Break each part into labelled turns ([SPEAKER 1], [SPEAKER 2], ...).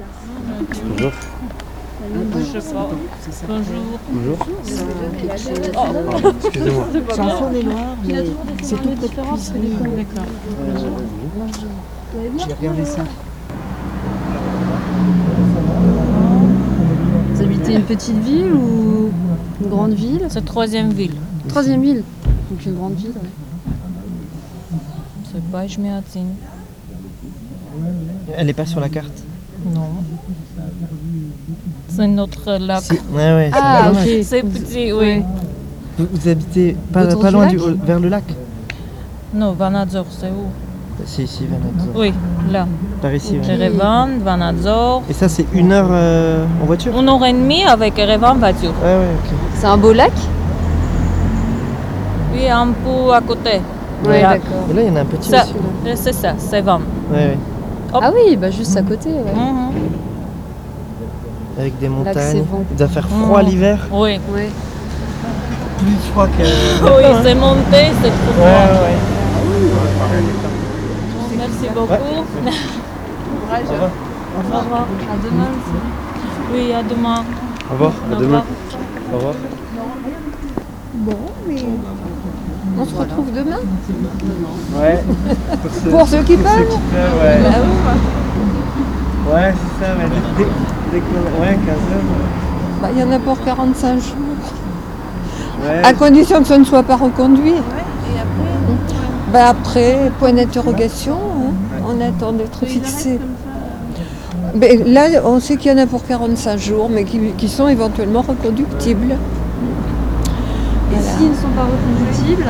[SPEAKER 1] Bonjour.
[SPEAKER 2] Je sais pas. Bonjour.
[SPEAKER 1] Bonjour.
[SPEAKER 2] Oh,
[SPEAKER 1] Pardon, excusez-moi.
[SPEAKER 2] c'est pas
[SPEAKER 3] C'est en
[SPEAKER 2] grave.
[SPEAKER 3] Saône-et-Loire, mais c'est tout près de Puisly.
[SPEAKER 2] D'accord.
[SPEAKER 3] J'ai regardé ça. Vous habitez une petite ville ou une grande ville
[SPEAKER 2] C'est troisième ville.
[SPEAKER 3] Troisième ville. Donc une grande ville, ouais.
[SPEAKER 2] C'est Bajmiadzin.
[SPEAKER 4] Elle n'est pas sur la carte.
[SPEAKER 2] Non. C'est euh, notre lac.
[SPEAKER 4] Si. Ouais, ouais, c'est
[SPEAKER 3] Ah,
[SPEAKER 4] dommage.
[SPEAKER 3] ok.
[SPEAKER 2] C'est petit, oui.
[SPEAKER 4] vous, vous habitez pas,
[SPEAKER 3] Autour
[SPEAKER 4] pas
[SPEAKER 3] du
[SPEAKER 4] loin
[SPEAKER 3] lac
[SPEAKER 4] du, au- vers le lac
[SPEAKER 2] Non, Vanadzor, c'est où
[SPEAKER 4] C'est ici, vers notre-
[SPEAKER 2] Oui, là.
[SPEAKER 4] Par ici, ouais.
[SPEAKER 2] Erevan, Vanadzor.
[SPEAKER 4] Et ça, c'est une heure euh, en voiture
[SPEAKER 2] Une heure et demie avec Erevan voiture.
[SPEAKER 4] Ouais, ouais, ok.
[SPEAKER 3] C'est un beau lac
[SPEAKER 2] Oui, un peu à côté.
[SPEAKER 3] Ouais,
[SPEAKER 2] Voilà.
[SPEAKER 3] d'accord.
[SPEAKER 4] Et là, il y en a un petit
[SPEAKER 2] Ça, euh,
[SPEAKER 4] aussi.
[SPEAKER 2] c'est ça, c'est Van.
[SPEAKER 4] Ouais, ouais.
[SPEAKER 3] Ah oui, bah juste à côté, ouais.
[SPEAKER 2] Mhm.
[SPEAKER 4] Avec des
[SPEAKER 3] Lac Oh.
[SPEAKER 4] montagnes.
[SPEAKER 3] Sévan.
[SPEAKER 4] Il doit faire froid
[SPEAKER 2] Mm.
[SPEAKER 4] l'hiver.
[SPEAKER 2] Oui.
[SPEAKER 3] Ouais.
[SPEAKER 4] Plus froid que.
[SPEAKER 2] Oui, c'est monté, c'est trop
[SPEAKER 4] Ouais,
[SPEAKER 2] bien.
[SPEAKER 4] ouais, ouais.
[SPEAKER 2] Bon, Merci beaucoup.
[SPEAKER 4] Au revoir.
[SPEAKER 2] Au revoir.
[SPEAKER 3] À demain.
[SPEAKER 2] Oui, à demain.
[SPEAKER 4] Au revoir.
[SPEAKER 1] À demain.
[SPEAKER 4] Au revoir.
[SPEAKER 3] On se retrouve demain
[SPEAKER 4] Ouais.
[SPEAKER 3] Pour ceux qui peuvent
[SPEAKER 4] ouais.
[SPEAKER 3] hein.
[SPEAKER 4] Ouais, c'est ça, mais dès, que. Ouais, 15 heures.
[SPEAKER 3] Bah, Il y en a pour 45 jours.
[SPEAKER 4] Ouais.
[SPEAKER 3] À condition que ce ne soit pas reconduit. Bah après, point d'interrogation, hein. on attend d'être fixé.
[SPEAKER 5] euh.
[SPEAKER 3] Mais là, on sait qu'il y en a pour 45 jours, mais qui, qui sont éventuellement reconductibles.
[SPEAKER 5] Et s'ils ne sont pas reconductibles,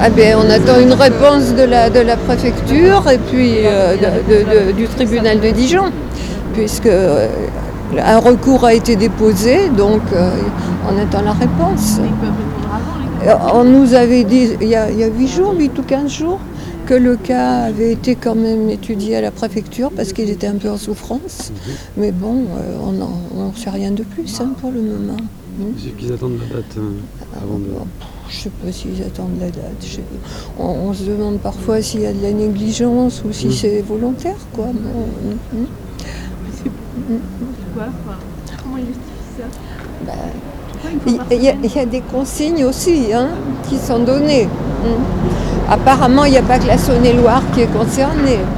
[SPEAKER 3] Ah ben, on attend une réponse de la, de la préfecture et puis euh, de- de- de- du tribunal de Dijon, puisque euh, un recours a été déposé, donc euh, on attend la réponse.
[SPEAKER 5] ils peuvent répondre avant. les gars.
[SPEAKER 3] Euh, On nous avait dit, il y a, il y a 8 jours, 8 ou 15 jours, que le cas avait été quand même étudié à la préfecture parce qu'il était un peu en souffrance. Mais bon, euh, on n'en- on ne sait rien de plus hein, pour le moment.
[SPEAKER 1] C'est qu'ils attendent la date euh, avant de.
[SPEAKER 3] Bon, Je ne sais pas s'ils attendent la date. je- On, on se demande parfois s'il y a de la négligence ou si
[SPEAKER 1] Mm.
[SPEAKER 3] c'est volontaire. Quoi. Bon, mm, mm.
[SPEAKER 5] Pourquoi enfin, Comment ils justifient ça
[SPEAKER 3] Bah,
[SPEAKER 5] Pourquoi il faut
[SPEAKER 3] Il
[SPEAKER 5] par
[SPEAKER 3] il y, a-
[SPEAKER 5] semaine
[SPEAKER 3] il y a des consignes aussi hein, qui sont données. Mm. Apparemment, il n'y a pas que la Saône-et-Loire qui est concernée.
[SPEAKER 4] ah
[SPEAKER 5] ben,
[SPEAKER 4] hein.